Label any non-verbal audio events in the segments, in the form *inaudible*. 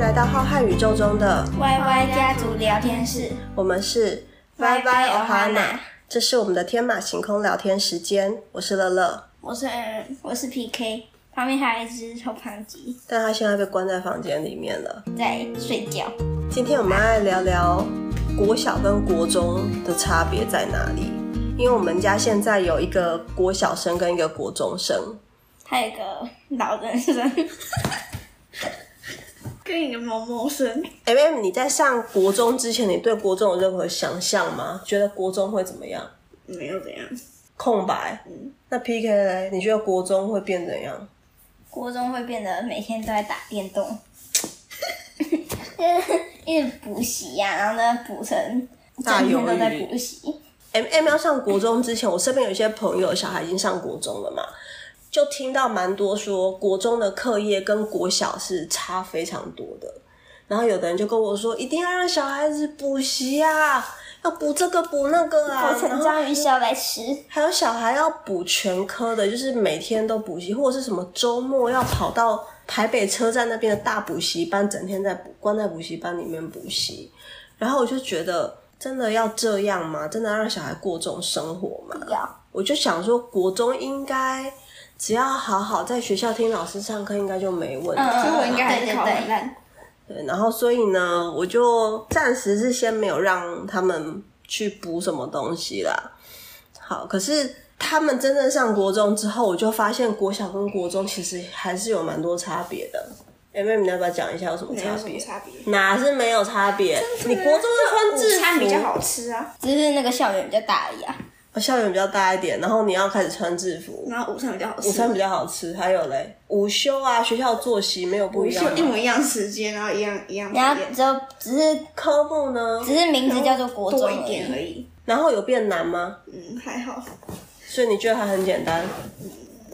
来到浩瀚宇宙中的 YY 家族聊天室，我们是 YY Ohana 这是我们的天马行空聊天时间，我是乐乐，我是 Aaron，我是 PK，旁边还有一只臭胖鸡但他现在被关在房间里面了。在睡觉。今天我们来聊聊国小跟国中的差别在哪里，因为我们家现在有一个国小生跟一个国中生，它有一个老人声， *laughs* 跟一个哞哞声。 M M，你在上国中之前，你对国中有任何想象吗？觉得国中会怎么样？没有怎样。空白。那 P K 嘞？你觉得国中会变怎样？国中会变得每天都在打电 *laughs* 动，一直补习呀、然后呢补成大整天鱿都鱼在补习。 M M 要上国中之前，我身边有一些朋友小孩已经上国中了嘛，就听到蛮多说国中的课业跟国小是差非常多的。然后有的人就跟我说，一定要让小孩子补习啊，要补这个补那个啊，我成然后章鱼小白痴，还有小孩要补全科的，就是每天都补习，或者是什么周末要跑到台北车站那边的大补习班，整天在补，关在补习班里面补习。然后我就觉得，真的要这样吗？真的要让小孩过这种生活吗？要我就想说，国中应该只要好好在学校听老师上课，应该就没问题。嗯所以我应该还对对是考对很烂。对，然后所以呢，我就暂时是先没有让他们去补什么东西啦。好，可是他们真正上国中之后，我就发现国小跟国中其实还是有蛮多差别的。哎妹妹，你要不要讲一下有什么没差有什么别？差别。哪是没有差别？你国中是穿制午服，餐比较好吃啊，只是那个校园比较大而已啊。哦，校园比较大一点，然后你要开始穿制服，然后午餐比较好吃。午餐比较好吃。还有嘞，午休啊，学校作息没有不午一样吗啊休。一模一样时间，然后一样一样时然后间，只有只是科目呢？只是名字叫做国中多而一点而已。已。然后有变难吗？嗯，还好。所以你觉得它很简单？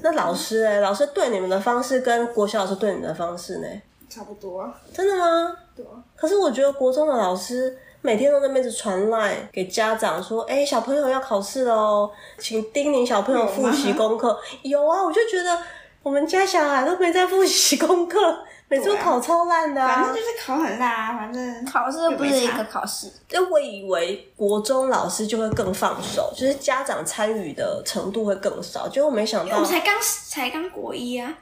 那老师哎、老师对你们的方式跟国小老师对你们的方式呢？差不多啊，真的吗？对啊，可是我觉得国中的老师每天都在那边一直传赖给家长说，哎、小朋友要考试喽，请叮咛小朋友复习功课。 *laughs* 有啊，我就觉得我们家小孩都没在复习功课，每次都 *laughs* 对啊考超烂的、啊。反正就是考很烂啊，反正考试又不是一个考试，就我以为国中老师就会更放手，就是家长参与的程度会更少，结果没想因为我到们才刚才刚国一啊，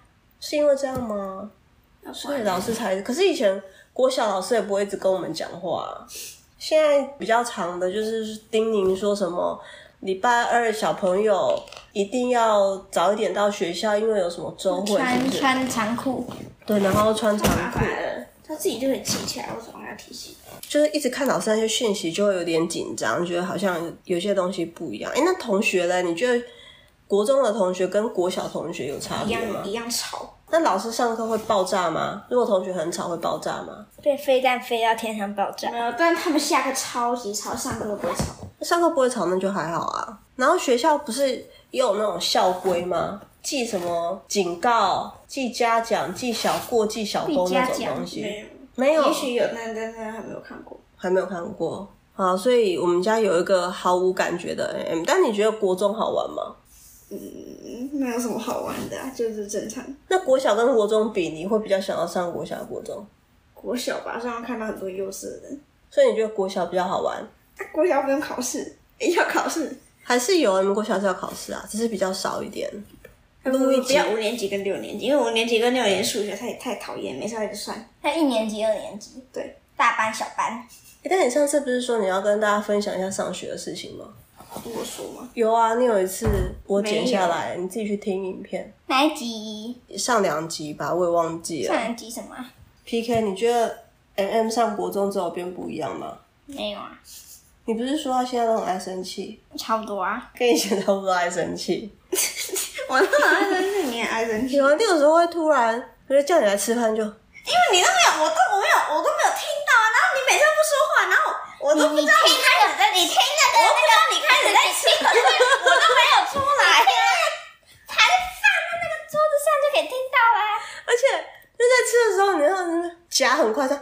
是因为这样吗？要啊不对，然老师才。可是以前国小老师也不会一直跟我们讲话啊、现在比较长的就是叮咛说什么礼拜二小朋友一定要早一点到学校，因为有什么周会是穿不是？穿长裤，对，然后穿长麻裤，烦了，他自己就会记起来，为什么还要提醒？就是一直看老师那些讯息，就会有点紧张，觉得好像有些东西不一样。哎，那同学呢？你觉得国中的同学跟国小同学有差一别吗样一？样吵，那老师上课会爆炸吗？如果同学很吵会爆炸吗？被飞弹飞到天上爆炸没。有，但他们下课超级吵，上课都不会吵。上课不会吵，那就还好啊。然后学校不是也有那种校规吗？记什么警告、记嘉奖、记小过、记小必勾那嘉种奖东没西，有，没有，也许有，但但是还没有看过。还没有看过。好，所以我们家有一个毫无感觉的 M，但你觉得国中好玩吗？嗯，没有什么好玩的、啊，就是正常。那国小跟国中比，你会比较想要上国小、国中？国小吧，上看到很多幼稚的人。所以你觉得国小比较好玩？啊，国小不用考试，诶要考试。还是有 M 国小是要考试啊，只是比较少一点。录一集不要五年级跟六年级，因为五年级跟六年级数学太太讨厌，没事就算。他一年级、二年级，对，大班、小班，诶但你上次不是说你要跟大家分享一下上学的事情吗？我说嘛，有啊，你有一次我剪下来，你自己去听影片，哪一集？上两集吧，我也忘记了。上一集什么啊？ PK，你觉得 M M 上国中之后变不一样吗？没有啊，你不是说他现在都很爱生气，差不多啊。跟以前差不多爱生气。我都 *laughs* 很爱生啊气，你也爱生气，因有为啊，你有时候会突然，我就叫你来吃饭就，你都没有，我都我没有，我都没有听到啊。然后你每次都不说话，然后我都不知道你开始在，你听那个，我不知道你开始在听，我都没有出来啊。才放在那个桌子上就可以听到啊。而且就在吃的时候，你让那边夹很快，这样，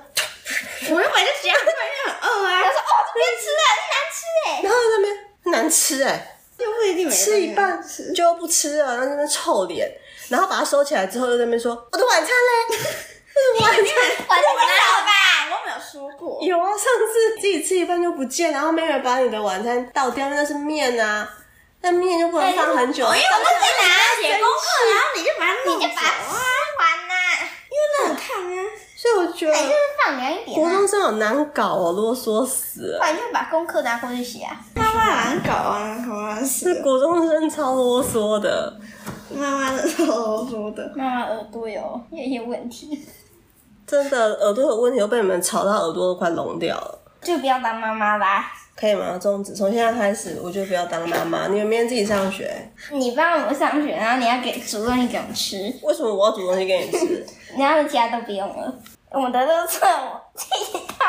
我原本就觉得你很饿啊他，说：“哦，这边吃啊，这难吃哎、然后在那边很难吃哎、就不一定每个吃一半人吃。 *laughs* 就不吃了，然后在那边臭脸，然后把它收起来之后又在那边说我的晚餐嘞， *laughs* 晚餐管什么老呢？板，我没有说过。有啊，上次自己吃一半就不见，然后没人把你的晚餐倒掉，那是面啊，哎那面就不哎能放很久。因为我放们在写拿写功功课，然后你就把它弄你走就把它吃啊，完啦，因为那很烫啊。所以我觉得哎就是放凉一点国中啊。生好难搞哦，啰嗦死了不。然就把功课拿过去写啊。妈妈难搞啊，好啊，这是国中生超啰嗦的，妈妈的头说的。妈妈耳朵有有一些问题，真的耳朵有问题，都被你们吵到耳朵都快聋掉了。就不要当妈妈啦。可以吗？中子，从现在开始，我就不要当妈妈。你们明天自己上学。你帮我们上学，然后你要给煮东西给我们吃，为什么我要煮东西给你吃？ *laughs* 然后其他都不用了，我们的都是我自己倒。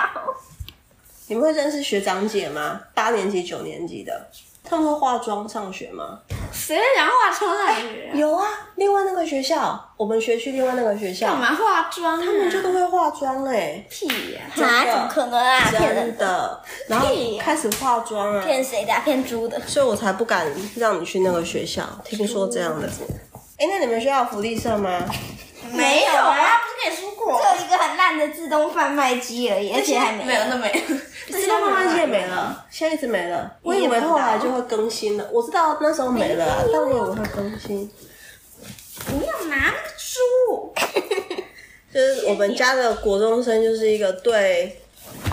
你们会认识学长姐吗？八年级、九年级的，他们会化妆上学吗？ *laughs* 谁在讲化妆啊？你有啊，另外那个学校，我们学区另外那个学校，干嘛化妆啊？他他们就都会化妆嘞、屁呀！啊？怎么可能啊？骗真人的，的。然后开始化妆啊，骗谁的啊？骗猪的。所以我才不敢让你去那个学校。听说这样的。哎、那你们学校有福利社吗？没有啊，不是跟你说过？只有一个很烂的自动贩卖机而已，而且还没没有，那没有。自动贩卖机也没了，现在一直没了。我以为后来就会更新了，我知道那时候没了啊，但我以为会更新。不要拿那个猪。就是我们家的国中生就是一个对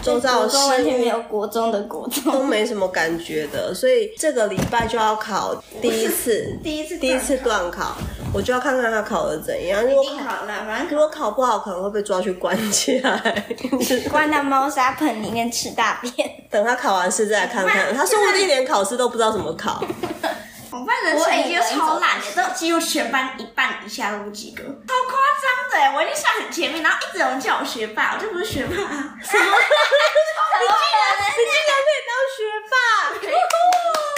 周遭国的事中完全没物有国中的国都中，没什么感觉的，所以这个礼拜就要考第一次，第一次第一次段考，我就要看看他考的怎样。如一果定考好了，反如正果考不好，可能会被抓去关起来。 *laughs* 关到猫砂盆里面吃大便。等他考完试再来看看，他说不定连考试都不知道怎么 *laughs* 考。我班人成绩超烂的，都几乎全班一半以下都不及格，超夸张的欸我已经算很前面，然后一直有人叫我学霸，我就不是学霸啊。什么？你竟然可以当学霸！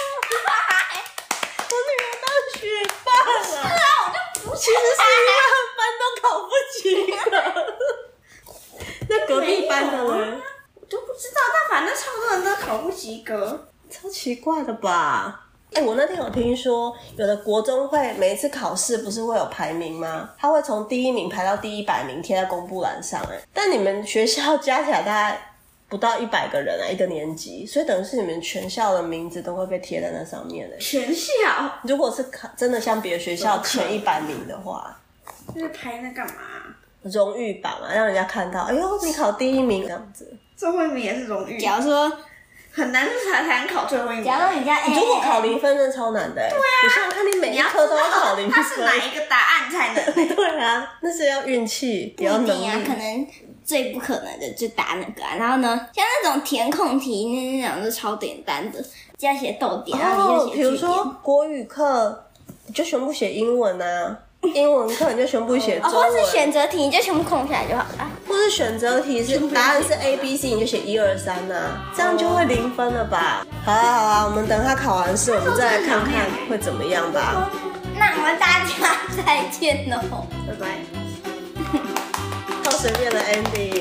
我女儿当学霸了，啊，我就不 *laughs* 其实是因为她班都考不及格。 *laughs* 那隔壁班的 *laughs* 呢？我就不知道，但反正超多人都考不及格。超奇怪的吧？哎、我那天有听说，有的国中会每一次考试不是会有排名吗？他会从第一名排到第一百名，贴在公布栏上、哎，但你们学校加起来大概不到一百个人啊，一个年级，所以等于是你们全校的名字都会被贴在那上面嘞、哎全校如果是考真的像别的学校前一百名的话，那排那干嘛？荣誉榜啊，让人家看到，哎呦，你考第一名这样子。最后一名也是荣誉，假如说，很难才才能考最后一名。假如你家 A，你如果哎考零分，真的超难的、欸。对啊，你想想看，你每一科都要考零他分。是哪一个答案才能？ *laughs* 对啊，那是要运气，也要不一能定啊，力。可能最不可能的就答那个、啊。然后呢，像那种填空题那那种是超简单的，只要写逗点，然后你哦就，写比如句点。说国语课，你就全部写英文啊；英文课你就全部写哦，中文，或是选择题，你就全部空下来就好了。或是选择题是答案是 A B C，你就写一二三呐，这样就会零分了吧？好啊好啊，我们等他考完试，我们再来看看会怎么样吧。那我们大家再见喽。 *laughs* 哦拜拜。靠随便的 ending。